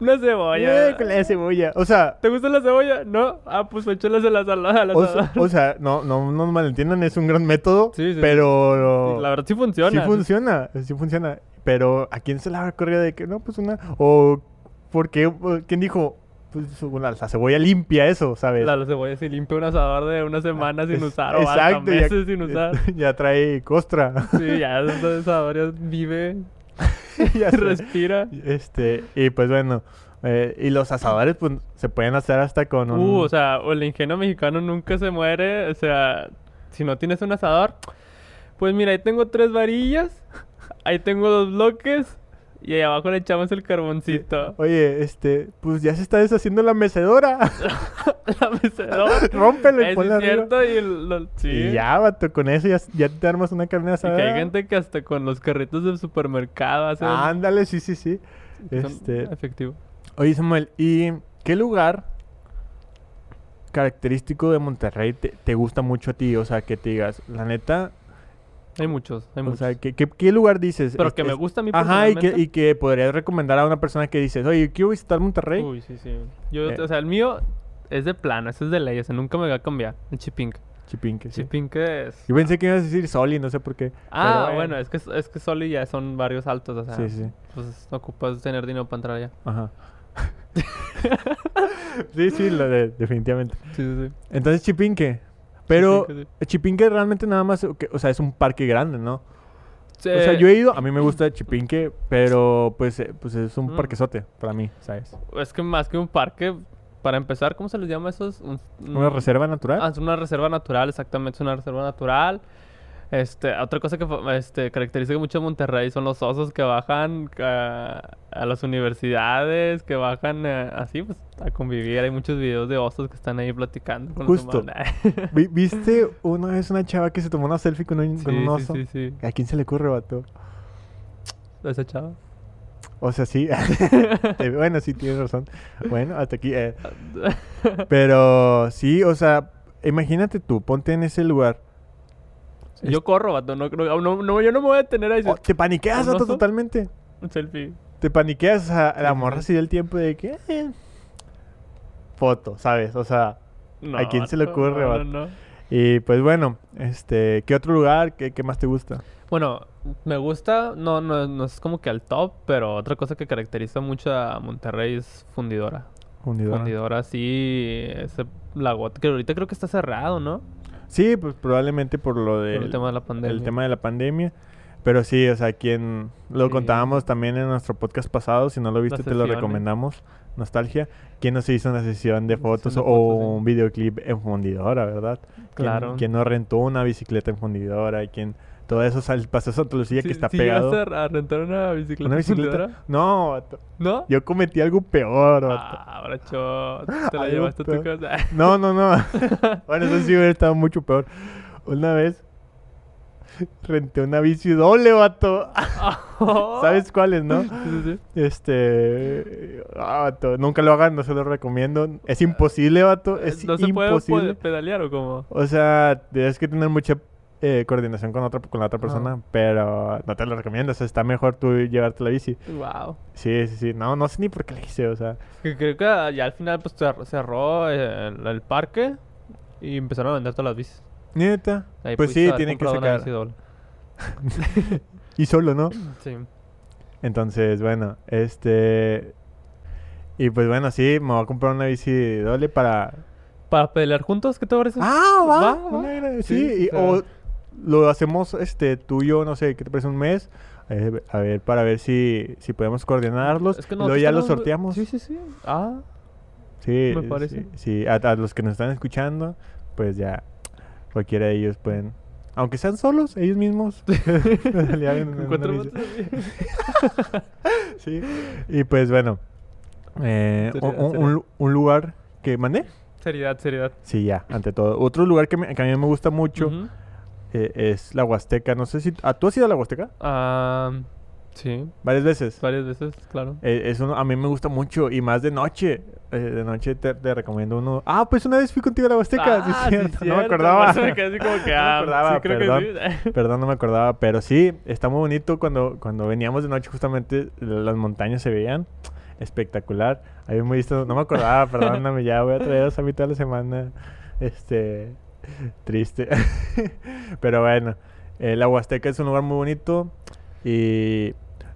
S2: Una
S1: Eh,
S2: cebolla.
S1: con la cebolla. O sea,
S2: ¿Te gusta la cebolla? No, ah, pues échalas a la salada, al
S1: o, se-
S2: asador.
S1: o sea, no, no, no nos malentiendan, es un gran método,
S2: Sí, sí, sí.
S1: pero
S2: La verdad sí funciona.
S1: sí funciona, sí funciona. Pero ¿a quién se le ha corrido de que no, pues una o por qué o quién dijo pues una- la cebolla limpia eso, ¿sabes?
S2: La, la cebolla sí limpia un asador de una semana sin
S1: Es-
S2: usar o hasta
S1: ya-
S2: meses
S1: (laughs)
S2: sin usar.
S1: Ya trae costra. (laughs)
S2: Sí, ya ese asador ya vive,
S1: ya se-
S2: respira.
S1: Este, y pues bueno, eh, y los asadores pues se pueden hacer hasta con un
S2: Uh, o sea, o el ingenio mexicano nunca se muere. O sea, si no tienes un asador, pues mira, ahí tengo tres varillas, (laughs) ahí tengo dos bloques y ahí abajo le echamos el carboncito.
S1: Oye, este, pues ya se está deshaciendo la mecedora. (laughs)
S2: (laughs) La mecedora.
S1: Rómpele,
S2: Eso
S1: ponle
S2: es
S1: arriba.
S2: cierto. Y, el- lo- sí.
S1: Y ya, vato, con eso ya, ya te armas una carne
S2: Y
S1: asada.
S2: que hay gente que hasta con los carritos del supermercado hacen.
S1: Ándale, sí, sí, sí.
S2: son
S1: Ah,
S2: eh.
S1: Este,
S2: Efectivo.
S1: oye, Samuel, ¿y qué lugar característico de Monterrey te, te gusta mucho a ti? O sea, que te digas, la neta,
S2: Hay muchos, hay
S1: o
S2: muchos.
S1: sea, ¿qué, qué, qué lugar dices?
S2: Pero
S1: Es- este
S2: que me
S1: es-
S2: gusta a mí
S1: Ajá, y que,
S2: personalmente.
S1: y que podrías recomendar a una persona que dices, oye, quiero visitar Monterrey.
S2: Uy, sí, sí. Yo,
S1: Eh.
S2: O sea, el mío es de plano, ese es de ley, o sea, nunca me va a cambiar. El Chipinque.
S1: Chipinque, sí.
S2: Chipinque es.
S1: Yo pensé que ibas a decir Soli, no sé por qué.
S2: Ah,
S1: pero
S2: bueno, es que, es que Soli ya son varios altos, o sea,
S1: Sí, sí.
S2: pues ocupas tener dinero para entrar allá.
S1: Ajá.
S2: (laughs)
S1: (laughs) sí, sí, lo de- definitivamente.
S2: Sí, sí, sí.
S1: Entonces, Chipinque. Pero
S2: Chipinque,
S1: Chipinque realmente nada más, o que- o sea, es un parque grande, ¿no? O sea, yo he ido, a mí me gusta Chipinque, pero pues, eh, pues es un
S2: Mm.
S1: parquezote para mí, ¿sabes?
S2: Es que más que un parque, para empezar, ¿cómo se les llama esos? Un-
S1: Una
S2: un-
S1: reserva natural.
S2: Mm. Ah, es una reserva natural, exactamente, es una reserva natural. Este, otra cosa que fa- este, caracteriza mucho a Monterrey son los osos que bajan ah, a las universidades, que bajan eh, así pues a convivir. Hay muchos videos de osos que están ahí platicando con los
S1: Justo.
S2: humanos. (laughs)
S1: Vi- ¿Viste una vez una chava que se tomó una selfie con un,
S2: sí,
S1: con un
S2: sí,
S1: oso?
S2: sí, sí.
S1: ¿A quién se le ocurre, vato?
S2: Esa
S1: (laughs)
S2: chava.
S1: O sea,
S2: (laughs)
S1: sí. (laughs) Te- bueno, sí, tienes razón. Bueno, hasta aquí. eh. Pero sí, o sea, imagínate tú, ponte en ese lugar.
S2: (laughs) Yo corro, vato. No, no, no- no, yo no me voy a detener ahí.
S1: Oh, te paniqueas
S2: ¿Un
S1: vato,
S2: oso?
S1: totalmente.
S2: Un selfie.
S1: Te paniqueas a
S2: Sí,
S1: la
S2: sí,
S1: morra
S2: sí.
S1: así del tiempo de que... eh, foto, ¿sabes? O sea,
S2: No,
S1: ¿A quién se le
S2: vato,
S1: ocurre,
S2: no,
S1: vato?
S2: no, no.
S1: y pues bueno, este, ¿qué otro lugar? ¿Qué, qué más te gusta?
S2: Bueno, me gusta, no, no, no es como que al top, pero otra cosa que caracteriza mucho a Monterrey es fundidora.
S1: Fundidora.
S2: Fundidora, sí, ese lagote que ahorita creo que está cerrado, ¿no?
S1: Sí, pues probablemente por lo
S2: Por
S1: del
S2: el tema de la pandemia.
S1: el tema de la pandemia. Pero sí, o sea, quien lo
S2: Sí.
S1: contábamos también en nuestro podcast pasado, si no lo viste
S2: Las
S1: te lo
S2: sesiones.
S1: recomendamos, Nostalgia, quien nos hizo una sesión de
S2: Una
S1: fotos
S2: sesión de
S1: o
S2: fotos, sí.
S1: un videoclip en fundidora, ¿verdad? Quien-
S2: Claro.
S1: Quien, nos rentó una bicicleta en fundidora, quien todo eso, o sea, el paseo Santa Lucía que está pegado.
S2: llegaste a rentar una bicicleta?
S1: ¿Una
S2: fundidora?
S1: bicicleta? No, vato,
S2: ¿No?
S1: yo cometí algo peor, vato.
S2: Ah, bracho, te la
S1: Algo
S2: llevaste a tu
S1: peor.
S2: casa. (laughs)
S1: No, no, no. bueno, eso sí hubiera estado mucho peor. Una vez renté una bici doble, vato. (laughs) ¿Sabes cuáles, no?
S2: Sí, sí, sí.
S1: Este. ah, vato, nunca lo hagan, no se lo recomiendo. Es imposible, vato. Es
S2: Eh, ¿No se puede pues.
S1: imposible.
S2: po- pedalear o cómo?
S1: O sea, tienes que tener mucha eh, coordinación con, otra, con la otra
S2: Ajá.
S1: persona, pero no te lo recomiendo. O sea, está mejor tú llevarte la bici.
S2: Wow.
S1: Sí, sí, sí. No, no sé ni por qué la hice, o sea.
S2: Que Creo que ya al final pues cer- cerró el, el parque y empezaron a vender todas las bicis.
S1: Neta.
S2: Ahí
S1: pues
S2: pudiste
S1: sí,
S2: haber
S1: tienen que
S2: comprado una
S1: sacar.
S2: bici doble. (clears throat)
S1: y solo, ¿no?
S2: Sí.
S1: Entonces, bueno, este... Y pues bueno, sí, me voy a comprar una bici doble para...
S2: Para pelear juntos, ¿qué te parece? Pues
S1: Ah,
S2: va,
S1: va.
S2: va.
S1: una gra-
S2: Sí,
S1: sí, y-
S2: o
S1: o
S2: sea-
S1: lo hacemos este tú y yo, no sé, ¿qué te parece un mes? Eh, a ver, para ver si, si podemos coordinarlos.
S2: Es que
S1: Luego
S2: nosotros
S1: ya los
S2: tenemos-
S1: sorteamos.
S2: Sí, sí, sí. Ah,
S1: Sí,
S2: Me
S1: sí,
S2: parece.
S1: sí. A, a los que nos están escuchando, pues ya cualquiera de ellos pueden, aunque sean solos, ellos
S2: (laughs)
S1: mismos. (laughs) le hagan una-
S2: con
S1: una
S2: cuatro
S1: bici.
S2: votos.
S1: (laughs) Sí. Y pues bueno, eh,
S2: Seriedad,
S1: un- un,
S2: seriedad.
S1: lu- un lugar que mandé.
S2: seriedad, seriedad.
S1: Sí, ya, ante todo. Otro lugar que, me- que a mí me gusta mucho
S2: Ujú.
S1: eh, es la Huasteca. No sé si... ¿Ah, ¿Tú has ido a la Huasteca?
S2: Ah, sí,
S1: Varias veces.
S2: varias veces, claro.
S1: Eh, es uno- a mí me gusta mucho y más de noche. Eh, de noche te, te recomiendo uno. Ah, pues una vez fui contigo a la Huasteca. sí,
S2: Ah, sí,
S1: cierto, No me
S2: cierto,
S1: acordaba.
S2: por eso (laughs) me quedé así como
S1: (laughs)
S2: que,
S1: No me
S2: ah, sí,
S1: acordaba,
S2: creo que
S1: perdón.
S2: sí.
S1: Perdón, no me acordaba, pero sí, está muy bonito cuando, cuando veníamos de noche justamente las montañas se veían espectacular. Había muy visto, no me
S2: (laughs)
S1: acordaba, perdóname, ya voy a traer esa mitad de la semana este triste. (laughs) pero bueno, eh, la Huasteca es un lugar muy bonito y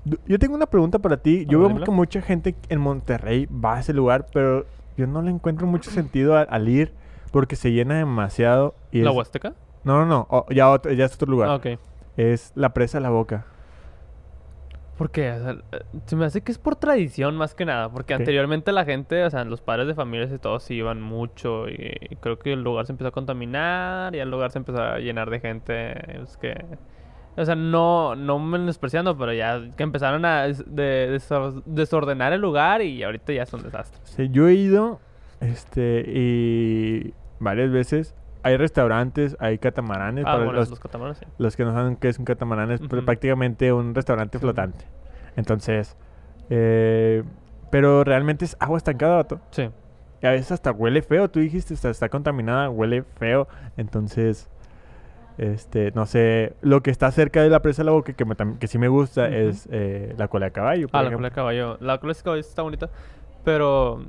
S1: du- yo tengo una pregunta para ti.
S2: A
S1: Yo
S2: ver,
S1: veo
S2: dímela.
S1: que mucha gente en Monterrey va a ese lugar, pero yo no le encuentro mucho sentido a- al ir porque se llena demasiado y
S2: ¿La
S1: es-
S2: Huasteca?
S1: no, no, no. o- ya, otro- ya es otro lugar.
S2: Ah, ok.
S1: Es la presa de la boca.
S2: Porque o sea, eh, se me hace que es por tradición más que nada, porque
S1: Ok.
S2: anteriormente la gente, o sea, los padres de familias y todos se iban mucho y, y creo que el lugar se empezó a contaminar y el lugar se empezó a llenar de gente pues, que, o sea, no, no menospreciando, pero ya que empezaron a des- de- desor- desordenar el lugar y ahorita ya es un desastre.
S1: Sí, yo he ido este, y varias veces. Hay restaurantes, hay catamaranes.
S2: Ah,
S1: para
S2: bueno,
S1: los,
S2: los catamaranes, sí.
S1: los que no saben qué es un catamarán, es pr-
S2: Ujú.
S1: prácticamente un restaurante
S2: Sí.
S1: flotante. Entonces, eh, pero realmente es agua estancada, vato.
S2: Sí.
S1: Y a veces hasta huele feo, tú dijiste, está, está contaminada, huele feo. Entonces, este, no sé, lo que está cerca de la presa de la boca, que, me tam- que sí me gusta,
S2: Ujú.
S1: es eh, la cola de caballo. por
S2: Ah, la
S1: ejemplo.
S2: cola de caballo. La cola de caballo está bonita, pero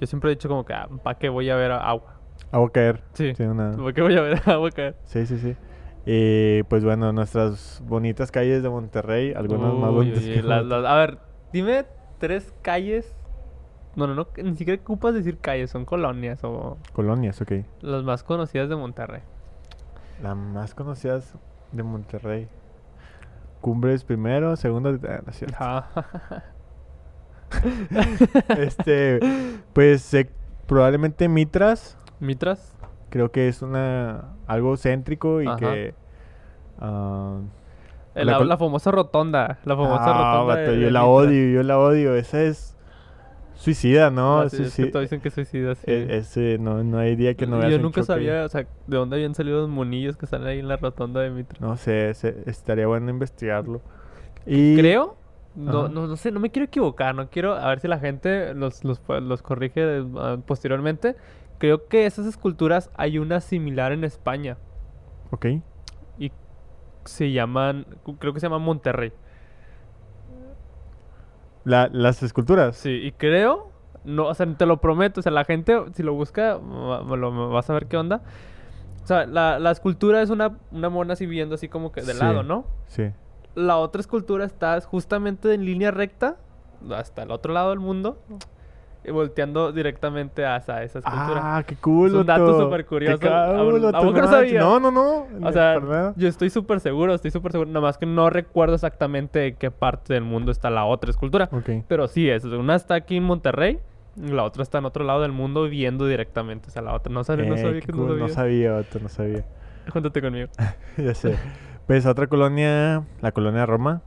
S2: yo siempre he dicho como que, ¿para qué voy a ver agua?
S1: Agua caer.
S2: Sí.
S1: Sí, una-
S2: ¿Para qué voy a ver (laughs) agua caer?
S1: sí, sí. sí. Y pues bueno, nuestras bonitas calles de Monterrey, algunas más
S2: Uy,
S1: bonitas
S2: oye,
S1: que
S2: las-
S1: otras.
S2: las- A ver, dime tres calles. No, no, no, que ni siquiera ocupas decir calles, son colonias o
S1: colonias, ok.
S2: las más conocidas de Monterrey.
S1: Las más conocidas de Monterrey. Cumbres primero, segundo, ah, no es cierto.
S2: Ah,
S1: (laughs) este, pues eh, probablemente Mitras,
S2: (laughs) Mitras.
S1: creo que es una algo céntrico y
S2: Ajá.
S1: que ah,
S2: eh,
S1: La
S2: La,
S1: col-
S2: la famosa rotonda. La famosa
S1: ah,
S2: rotonda.
S1: vato,
S2: de-
S1: yo
S2: de
S1: la
S2: Mitras.
S1: odio, yo la odio, esa es suicida, ¿no?
S2: Ah, sí, es que
S1: Suicida.
S2: todos dicen que suicidas. sí.
S1: E- ese, no, no hay día que no veas
S2: yo
S1: un
S2: nunca
S1: choque ahí.
S2: sabía, o sea, de dónde habían salido los monillos que están ahí en la rotonda de Mitras.
S1: No sé, se- estaría bueno investigarlo. Y
S2: Creo. No,
S1: Ajá.
S2: no, no sé, no me quiero equivocar, no quiero, a ver si la gente los, los, pu- los corrige eh, ah, posteriormente. Creo que esas esculturas hay una similar en España.
S1: Ok.
S2: Se llaman, cu- creo que se llama Monterrey.
S1: La- las esculturas.
S2: Sí, y creo, no, o sea, te lo prometo, o sea, la gente, si lo busca, va- va- lo- vas a ver qué onda. O sea, la, la escultura es una, una mona así viendo así como que de
S1: Sí.
S2: lado, ¿no?
S1: Sí.
S2: La otra escultura está justamente en línea recta hasta el otro lado del mundo y volteando directamente hacia esa escultura.
S1: Ah, qué cool.
S2: Es un dato
S1: vato.
S2: súper
S1: Qué
S2: curioso.
S1: cool,
S2: ¿A poco-
S1: vato,
S2: a poco no
S1: manches.
S2: sabía?
S1: No, no, no.
S2: o sea,
S1: para nada.
S2: yo estoy súper seguro, estoy súper seguro. Nada más que no recuerdo exactamente de qué parte del mundo está la otra escultura.
S1: Ok.
S2: Pero sí, es, una está aquí en Monterrey y la otra está en otro lado del mundo viendo directamente hacia la otra. No, sabía, no
S1: Eh,
S2: sabía
S1: qué
S2: que no
S1: cool,
S2: sabía.
S1: no sabía, vato, no sabía. (laughs)
S2: Júntate conmigo.
S1: ya sé. Pues otra colonia, la colonia Roma.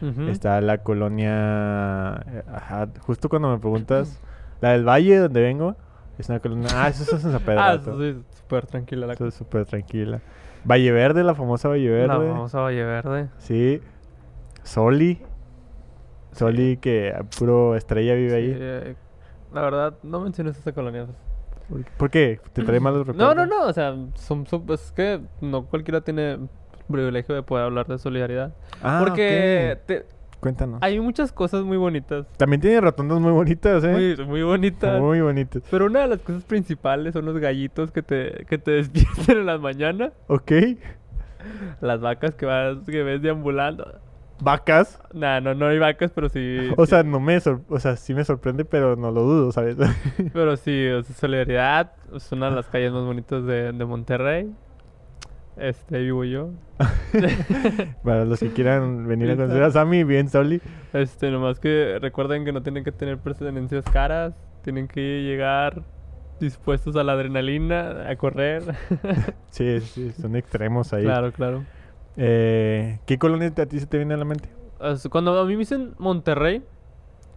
S2: Ujú. Ah,
S1: Está la colonia. eh, Ajá, justo cuando me preguntas, la del Valle, donde vengo, es una colonia. Ah, eso es en San Pedro.
S2: (laughs) Ah,
S1: vato.
S2: sí, súper tranquila la
S1: Eso es súper tranquila. Valle Verde, la famosa Valle Verde.
S2: La famosa Valle Verde.
S1: Sí. Soli. Soli, que a puro estrella vive
S2: Sí,
S1: ahí.
S2: eh, la verdad, no menciones esa colonia.
S1: ¿Por- ¿Por qué? ¿Te trae malos
S2: No,
S1: recuerdos?
S2: no, no, o sea, son, son- es que no cualquiera tiene privilegio de poder hablar de solidaridad.
S1: Ah,
S2: porque
S1: ok.
S2: te-
S1: Cuéntanos.
S2: hay muchas cosas muy bonitas,
S1: También tiene rotondas muy bonitas, ¿eh?
S2: muy, muy bonitas.
S1: Muy bonitas.
S2: Pero una de las (laughs) cosas principales son los gallitos que te, que te despiertan en las mañanas.
S1: Ok.
S2: Las vacas que, vas, que ves deambulando.
S1: Vacas.
S2: Nah, no, no hay vacas, pero sí.
S1: (laughs) O
S2: sí-
S1: sea, no me sor- o sea, sí me sorprende, pero no lo dudo, ¿sabes? (laughs)
S2: (laughs) Pero sí, o sea, Solidaridad es una de las calles más bonitas de, de Monterrey. Este, ahí vivo
S1: (laughs)
S2: yo.
S1: Para los que quieran venir a
S2: Ahorita.
S1: conocer a Sammy, bien Soli.
S2: Este, nomás que recuerden que no tienen que tener preferencias caras. Tienen que llegar dispuestos a la adrenalina, a correr. (laughs)
S1: Sí, sí, son extremos ahí.
S2: claro, claro.
S1: Eh, ¿Qué colonia te- a ti se te viene a la mente?
S2: As- Cuando a mí me dicen Monterrey,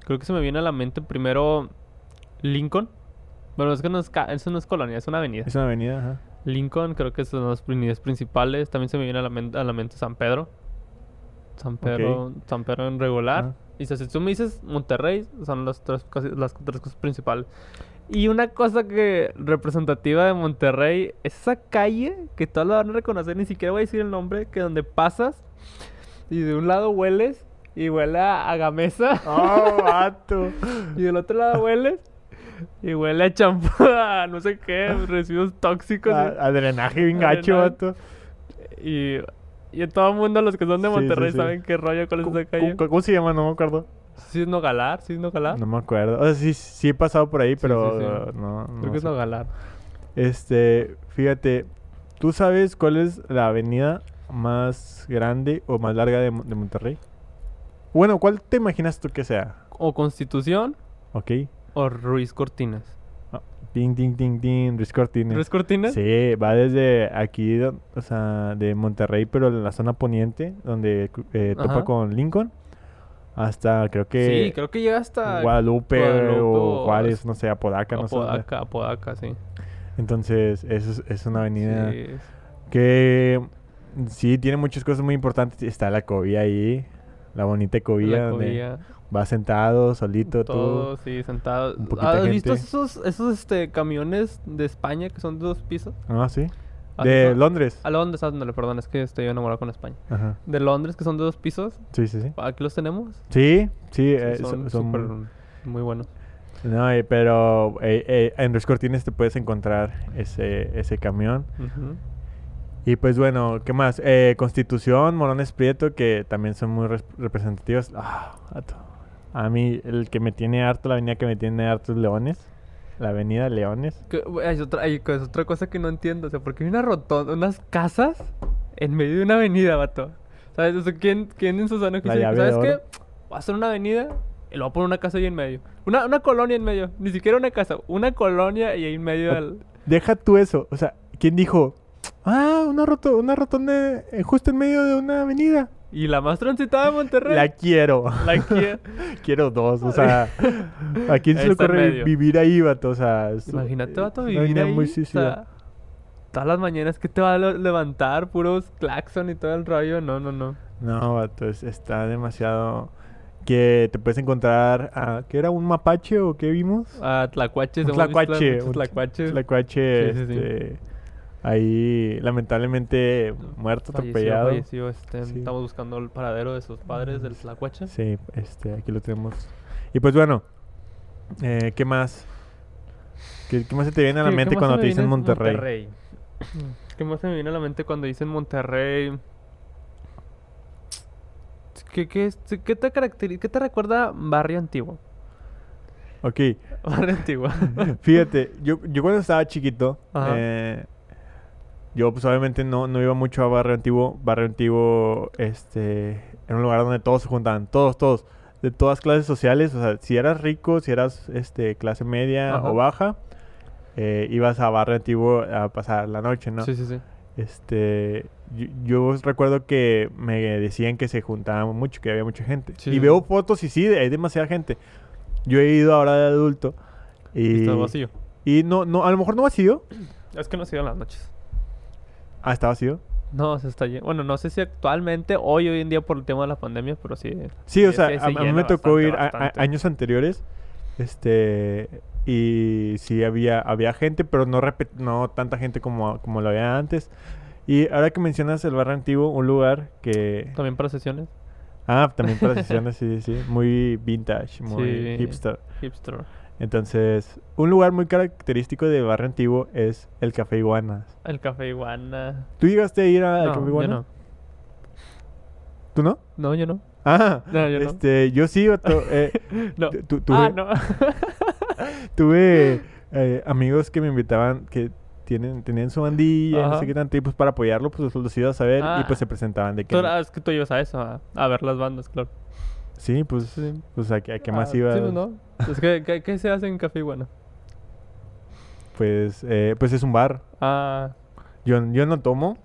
S2: creo que se me viene a la mente primero Lincoln. Bueno, es que no es, ca- eso no es colonia, es una avenida.
S1: Es una avenida,
S2: (laughs)
S1: ajá.
S2: Lincoln, creo que son las avenidas principales. También se me viene a la, men- a la mente San Pedro. San Pedro, San Pedro en regular.
S1: Ajá.
S2: Y si si tú me dices Monterrey, son las tres, cosas- las tres cosas principales. Y una cosa que representativa de Monterrey es esa calle que todos la van a reconocer, ni siquiera voy a decir el nombre, que donde pasas y de un lado hueles y huele a,
S1: (laughs)
S2: a gamesa
S1: ¡Oh, vato!
S2: y del otro lado hueles y huele a champú, (laughs) a no sé qué, residuos tóxicos. ¿eh? y-
S1: A, a drenaje bien gacho,
S2: Adrenal.
S1: vato.
S2: Y, y todo el mundo, los que son de
S1: Sí, sí,
S2: Monterrey,
S1: sí.
S2: saben qué rollo con
S1: ¿Cómo,
S2: esa calle.
S1: cómo- cómo se llama? No me acuerdo.
S2: Sí, es Nogalar, sí es Nogalar.
S1: No me acuerdo. O sea, sí, sí he pasado por ahí, pero
S2: ¿Ah? sí, sí.
S1: no. no
S2: Creo que es
S1: sé.
S2: Nogalar.
S1: Este, fíjate, ¿tú sabes cuál es la avenida más grande o más larga de, Mon- de Monterrey? Bueno, ¿cuál te imaginas tú que sea?
S2: O Constitución
S1: ¿Ok?
S2: o Ruiz Cortines.
S1: Ding, ding, ding, ding, Ruiz Cortines.
S2: ¿Ruiz Cortines?
S1: Sí, va desde aquí, do- o sea, de Monterrey, pero en la zona poniente, donde cru- eh, topa
S2: Ajá.
S1: con Lincoln, hasta creo que
S2: Sí, creo que llega hasta
S1: Guadalupe,
S2: Guadalupe
S1: o
S2: o-
S1: Juárez, no sé, Apodaca, no sé. dónde.
S2: Apodaca, Apodaca, sí.
S1: Entonces, eso es, es una avenida
S2: Sí,
S1: que sí tiene muchas cosas muy importantes. Está la cobía ahí, la bonita cobía,
S2: la
S1: donde
S2: cobija,
S1: vas sentado, solito,
S2: todo,
S1: tú.
S2: sí, sentado.
S1: un poquita
S2: ¿Has visto
S1: gente.
S2: esos, esos este, camiones de España que son de dos pisos?
S1: Ah, sí.
S2: ¿Has
S1: De
S2: visto?
S1: Londres.
S2: A Londres, ándale, perdón, es que estoy enamorado con España.
S1: Ajá.
S2: De Londres, que son de dos pisos.
S1: Sí, sí, sí.
S2: Aquí los tenemos.
S1: Sí, sí,
S2: Sí,
S1: eh, son,
S2: son
S1: son
S2: súper muy buenos.
S1: No, eh, pero eh, eh, en Ruiz Cortines te puedes encontrar ese, ese camión.
S2: Ujú.
S1: Y pues bueno, ¿qué más? Eh, Constitución, Morones Prieto, que también son muy res- representativos. Ah, vato. a mí, el que me tiene harto, la avenida que me tiene harto es Leones. La avenida Leones.
S2: Que, güey, hay otra, hay co- es otra cosa que no entiendo, o sea, porque hay una rotonda, unas casas en medio de una avenida, vato. ¿Sabes? O sea, ¿quién, quién en su sano
S1: La
S2: juicio dice,
S1: llave
S2: ¿Sabes
S1: de
S2: qué?
S1: oro".
S2: Va a hacer una avenida y lo va a poner una casa ahí en medio. Una, una colonia en medio, ni siquiera una casa, una colonia y ahí en medio
S1: No.
S2: del...
S1: Deja tú eso. O sea, ¿quién dijo? Ah, una, roto, una rotonda eh, justo en medio de una avenida.
S2: Y la más transitada de Monterrey.
S1: La quiero. (laughs)
S2: La que-
S1: quiero dos. O sea, ¿a quién se le
S2: Está en
S1: ocurre vi-
S2: medio.
S1: vivir ahí, vato? O sea, es-
S2: Imagínate,
S1: eh,
S2: vato,
S1: una
S2: vivir
S1: avenida
S2: ahí.
S1: muy
S2: o
S1: suicida.
S2: sea, todas las mañanas que te va a lo- levantar, puros claxon y todo el rollo, no, no, no.
S1: No, vato, es- está demasiado. Que te puedes encontrar. A, ¿Qué era? ¿Un mapache o qué vimos?
S2: Ah, tlacuaches.
S1: un
S2: hemos visto
S1: tlacuache.
S2: muchos
S1: un
S2: tlacuaches.
S1: tlacuache,
S2: Sí, sí, sí.
S1: este, Ahí, lamentablemente, muerto,
S2: Falleció,
S1: atropellado.
S2: falleció, este,
S1: Sí.
S2: Estamos buscando el paradero de sus padres, del tlacuache.
S1: Sí, este, aquí lo tenemos. Y pues bueno, eh, ¿qué más? ¿Qué, qué más se te viene a la
S2: ¿Qué- qué
S1: mente
S2: más
S1: cuando
S2: se
S1: te
S2: me
S1: dicen
S2: viene?
S1: Monterrey?
S2: (clears throat) ¿Qué más se me viene a la mente cuando dicen Monterrey? ¿Qué, qué, es- qué te, caracteri- ¿Qué te recuerda Barrio Antiguo? (laughs)
S1: Ok.
S2: Barrio Antiguo.
S1: Fíjate, yo, yo cuando estaba chiquito,
S2: Ajá.
S1: eh, yo pues obviamente no, no iba mucho a Barrio Antiguo. Barrio Antiguo, este, era un lugar donde todos se juntaban, todos, todos, de todas clases sociales. O sea, si eras rico, si eras este, clase media
S2: Ajá.
S1: o baja, eh, ibas a Barrio Antiguo a pasar la noche, (laughs) ¿no?
S2: Sí, sí, sí.
S1: Este, yo, yo recuerdo que me decían que se juntaban mucho, que había mucha gente.
S2: Sí,
S1: y
S2: sí,
S1: veo
S2: sí.
S1: fotos y sí, hay demasiada gente. Yo he ido ahora de adulto.
S2: Y...
S1: Y,
S2: Está vacío.
S1: y no, no, a lo mejor no vacío.
S2: Es que no se iban las noches.
S1: Ah, está vacío.
S2: No, se está lleno. Bueno, no sé si actualmente, hoy, hoy en día por el tema de la pandemia, pero sí.
S1: Sí, o
S2: Sí,
S1: sea,
S2: sí,
S1: a,
S2: se
S1: a mí
S2: llena
S1: me tocó
S2: bastante,
S1: ir a- a-
S2: bastante.
S1: años anteriores. Este, y sí había, había gente, pero no, repet- no tanta gente como, como lo había antes. Y ahora que mencionas el barrio antiguo, un lugar que...
S2: También para sesiones.
S1: Ah, también para sesiones, sí, sí. Muy vintage, muy
S2: Sí.
S1: hipster.
S2: Hipster.
S1: Entonces, un lugar muy característico de Barrio Antiguo es el Café Iguanas.
S2: El café iguana.
S1: ¿Tú llegaste a ir al
S2: no,
S1: Ah, Café
S2: yo
S1: Iguanas?
S2: no.
S1: ¿Tú no?
S2: No, yo no.
S1: Ah,
S2: No, yo no.
S1: este, yo sí, vato, eh,
S2: (laughs) No.
S1: tu- tu- tuve,
S2: Ah,
S1: (laughs)
S2: no. (laughs)
S1: tuve, eh, amigos que me invitaban que tienen, tenían su bandilla, y no
S2: Ajá.
S1: sé qué tanto, y pues para apoyarlo, pues los ibas a ver y
S2: Ah.
S1: pues se presentaban de que...
S2: Tú- ah, es que tú ibas a eso, a, a ver las bandas, claro.
S1: Sí, pues,
S2: Sí.
S1: pues a, qué- a qué más
S2: Ah,
S1: ibas.
S2: Sí, pues, no. Es que, ¿qué, qué se hace en Café Iguana?
S1: Pues, eh, pues es un bar. (laughs)
S2: Ah,
S1: Yo, yo no tomo.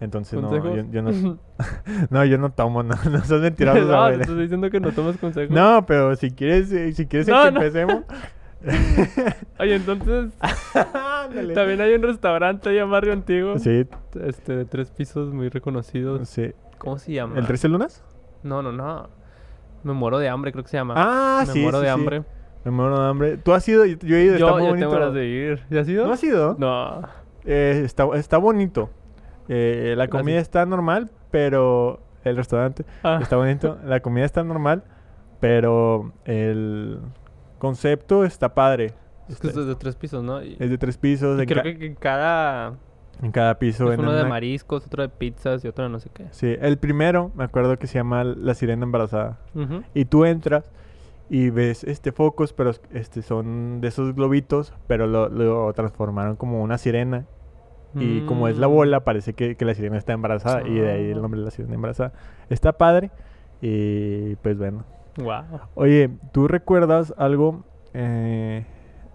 S1: Entonces no,
S2: consejos.
S1: yo, yo no,
S2: (laughs)
S1: no, yo no tomo, no, no seas mentiroso,
S2: no, te
S1: Samuel.
S2: estoy diciendo que no tomas consejos.
S1: No, pero si quieres, eh, si quieres
S2: No,
S1: que
S2: no. (laughs)
S1: empecemos. (laughs)
S2: Oye, entonces,
S1: Ándale.
S2: también hay un restaurante ahí en Barrio Antiguo.
S1: Sí,
S2: Este, de tres pisos muy reconocidos.
S1: sí.
S2: ¿Cómo se llama?
S1: ¿El 13 lunas?
S2: No, no, no. Me muero de hambre, creo que se llama.
S1: Ah,
S2: Me
S1: sí.
S2: muero
S1: sí,
S2: de
S1: sí.
S2: hambre.
S1: Me muero de hambre. Tú has ido, yo yo he ido, está
S2: Yo
S1: muy
S2: ya tengo
S1: bonito.
S2: ganas de ir. ¿Ya has ido?
S1: ¿No has ido?
S2: No. Ah,
S1: Eh, está, está bonito. Eh, la
S2: Gracias.
S1: comida está normal, pero el restaurante
S2: Ah.
S1: está bonito. La comida está normal, pero el concepto está padre.
S2: Es
S1: Está-
S2: que esto es de tres pisos, ¿no? Y,
S1: es de tres pisos,
S2: y
S1: en,
S2: creo
S1: ca-
S2: que, que cada...
S1: en cada piso.
S2: es
S1: en
S2: uno de
S1: una-
S2: mariscos, otro de pizzas y otro de no sé qué.
S1: Sí, el primero, me acuerdo que se llama La Sirena Embarazada.
S2: Ujú.
S1: Y tú entras y ves este focos, pero este son de esos globitos, pero lo, lo transformaron como una sirena. Y como es la
S2: Mm.
S1: bola, parece que, que la sirena está embarazada. Y de ahí el
S2: Ah.
S1: nombre de la sirena embarazada. Está padre. Y pues bueno.
S2: Guau.
S1: Oye, ¿tú recuerdas algo eh,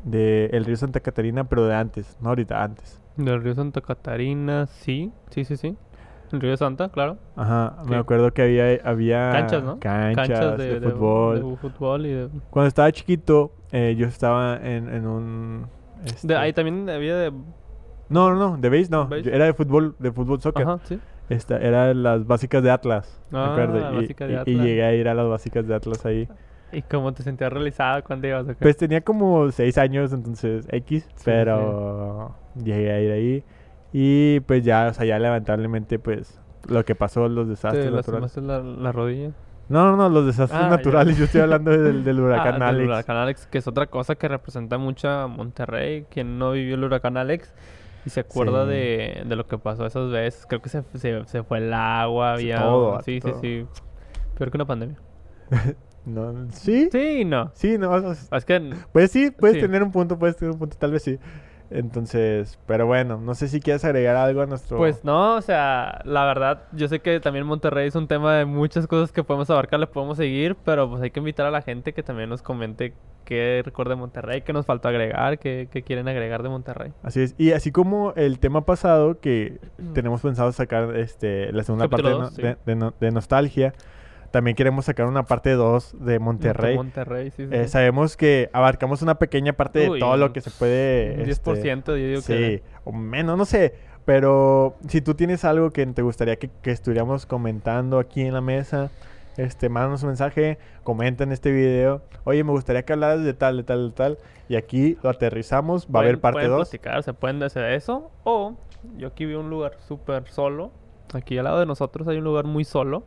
S1: de el río Santa Catarina, pero de antes? No ahorita, antes.
S2: Del río Santa Catarina, sí. Sí, sí, sí. El río Santa, claro.
S1: Ajá, me
S2: ¿Qué?
S1: acuerdo que había, había
S2: Canchas, ¿no?
S1: canchas, de, fútbol.
S2: De, fútbol y de...
S1: Cuando estaba chiquito, eh, yo estaba en, en un... este-
S2: de- ahí también había de...
S1: No, no, no, de base no.
S2: ¿Base?
S1: Yo- Era de fútbol, de fútbol soccer.
S2: Ajá, sí.
S1: Esta, era de las básicas de Atlas. me
S2: Ah,
S1: acuerdo.
S2: la
S1: y,
S2: básica de
S1: y- y
S2: Atlas.
S1: llegué a ir a las básicas de Atlas ahí.
S2: ¿Y cómo te sentías realizado cuando ibas acá?
S1: Pues tenía como seis años, entonces X,
S2: sí.
S1: pero llegué a ir ahí. Y pues ya, o sea, ya lamentablemente, pues lo que pasó, los desastres
S2: ¿Te
S1: naturales.
S2: lastimaste la, la rodilla?
S1: No, no, no, los desastres
S2: Ah, ya.
S1: naturales. Yo estoy hablando del, del huracán
S2: (laughs) Ah, del
S1: Alex.
S2: huracán Alex, que es otra cosa que representa mucho a Monterrey. Quien no vivió el huracán Alex y se acuerda
S1: Sí.
S2: de, de lo que pasó esas veces. Creo que se, se, se fue el agua,
S1: Sí,
S2: había...
S1: todo,
S2: sí,
S1: todo.
S2: sí, sí. Peor que una pandemia.
S1: No, ¿Sí? sí,
S2: Sí, y no.
S1: no, o sea,
S2: Es que
S1: Pues sí, puedes
S2: Sí.
S1: tener un punto, puedes tener un punto, tal vez sí. Entonces, pero bueno, no sé si quieres agregar algo a nuestro...
S2: Pues no, o sea, la verdad, yo sé que también Monterrey es un tema de muchas cosas que podemos abarcar, le podemos seguir, pero pues hay que invitar a la gente que también nos comente qué recuerda de Monterrey, qué nos faltó agregar, qué, qué quieren agregar de Monterrey.
S1: Así es. Y así como el tema pasado que
S2: Mm.
S1: tenemos pensado sacar este, la segunda parte de,
S2: Capítulo
S1: no-
S2: dos, sí.
S1: de- de no- de Nostalgia, también queremos sacar una parte 2 de Monterrey.
S2: Monterrey, sí, sí.
S1: Eh,
S2: sí.
S1: sabemos que abarcamos una pequeña parte de
S2: Uy,
S1: todo lo que se puede...
S2: Un
S1: este,
S2: 10%, yo digo
S1: Sí,
S2: que...
S1: o menos, no sé. Pero si tú tienes algo que te gustaría que, que estuviéramos comentando aquí en la mesa, este, mándanos un mensaje, comenta en este video. Oye, me gustaría que hablaras de tal, de tal, de tal. Y aquí lo aterrizamos. Va a haber
S2: pueden-
S1: parte
S2: pueden
S1: 2.
S2: platicar, se pueden hacer eso, o yo aquí vi un lugar súper solo, aquí al lado de nosotros hay un lugar muy solo,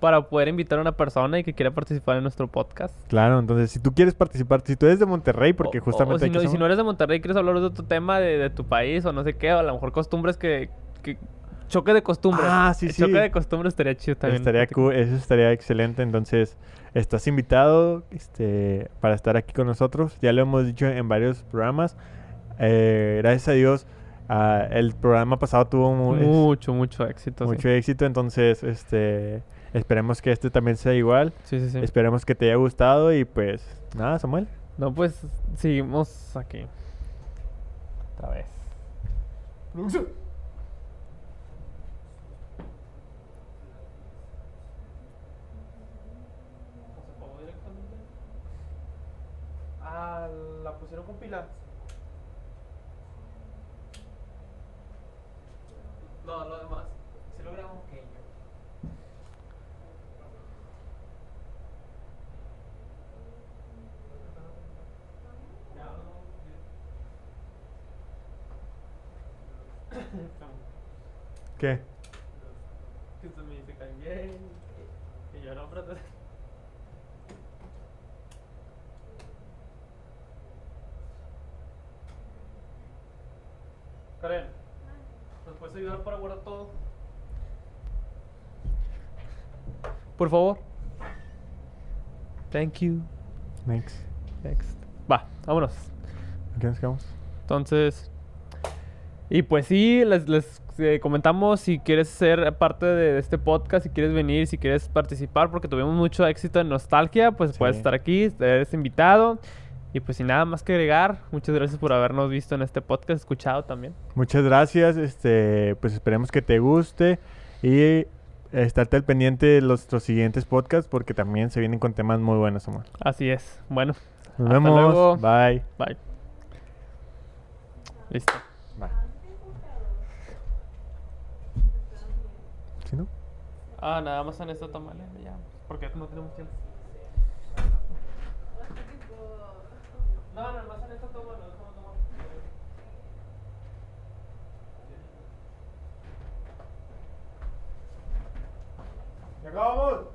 S2: para poder invitar a una persona y que quiera participar en nuestro podcast.
S1: Claro, entonces si tú quieres participar, si tú eres de Monterrey, porque
S2: O- o-
S1: justamente
S2: o si,
S1: aquí
S2: no, y si
S1: somos-
S2: no eres de Monterrey, quieres hablar de otro tema de, de tu país o no sé qué, o a lo mejor costumbres que. que- choque de costumbres.
S1: Ah, sí,
S2: El
S1: sí.
S2: Choque de costumbres estaría chido también.
S1: estaría
S2: platicar.
S1: cu- eso estaría excelente. Entonces, estás invitado este, para estar aquí con nosotros. Ya lo hemos dicho en varios programas. Eh, gracias a Dios, ah, el programa pasado tuvo mu- es-
S2: Mucho, mucho éxito. sí.
S1: mucho éxito. Entonces, este, esperemos que este también sea igual.
S2: Sí, sí, sí.
S1: Esperemos que te haya gustado. Y pues, nada, Samuel.
S2: No, pues seguimos aquí. Otra vez. Ah, la pusieron con pila. No, lo demás. Si lo grabamos, ok.
S1: ¿Qué?
S2: Que se me dice que que yo no, pero... Karen, ¿nos puedes ayudar para guardar todo? Por favor. Thank you.
S1: Next.
S2: Next. Va, vámonos.
S1: ¿A qué nos quedamos?
S2: Entonces, y pues sí, les, les, eh, comentamos si quieres ser parte de, de este podcast, si quieres venir, si quieres participar, porque tuvimos mucho éxito en Nostalgia, pues puedes
S1: Sí.
S2: estar aquí, eres invitado. Y pues sin nada más que agregar, muchas gracias por habernos visto en este podcast, escuchado también.
S1: Muchas gracias, este, pues esperemos que te guste y estarte al pendiente de los- nuestros siguientes podcasts porque también se vienen con temas muy buenos, Omar.
S2: Así es. Bueno,
S1: Nos
S2: Hasta
S1: vemos.
S2: luego.
S1: Bye.
S2: bye. Listo.
S1: Bye. ¿Sí, no?
S2: Ah, nada más en esta tamale, ya, porque no tenemos tiempo. No, nada más en esta toma, no, toma, toma.
S1: ¡Ya acabamos!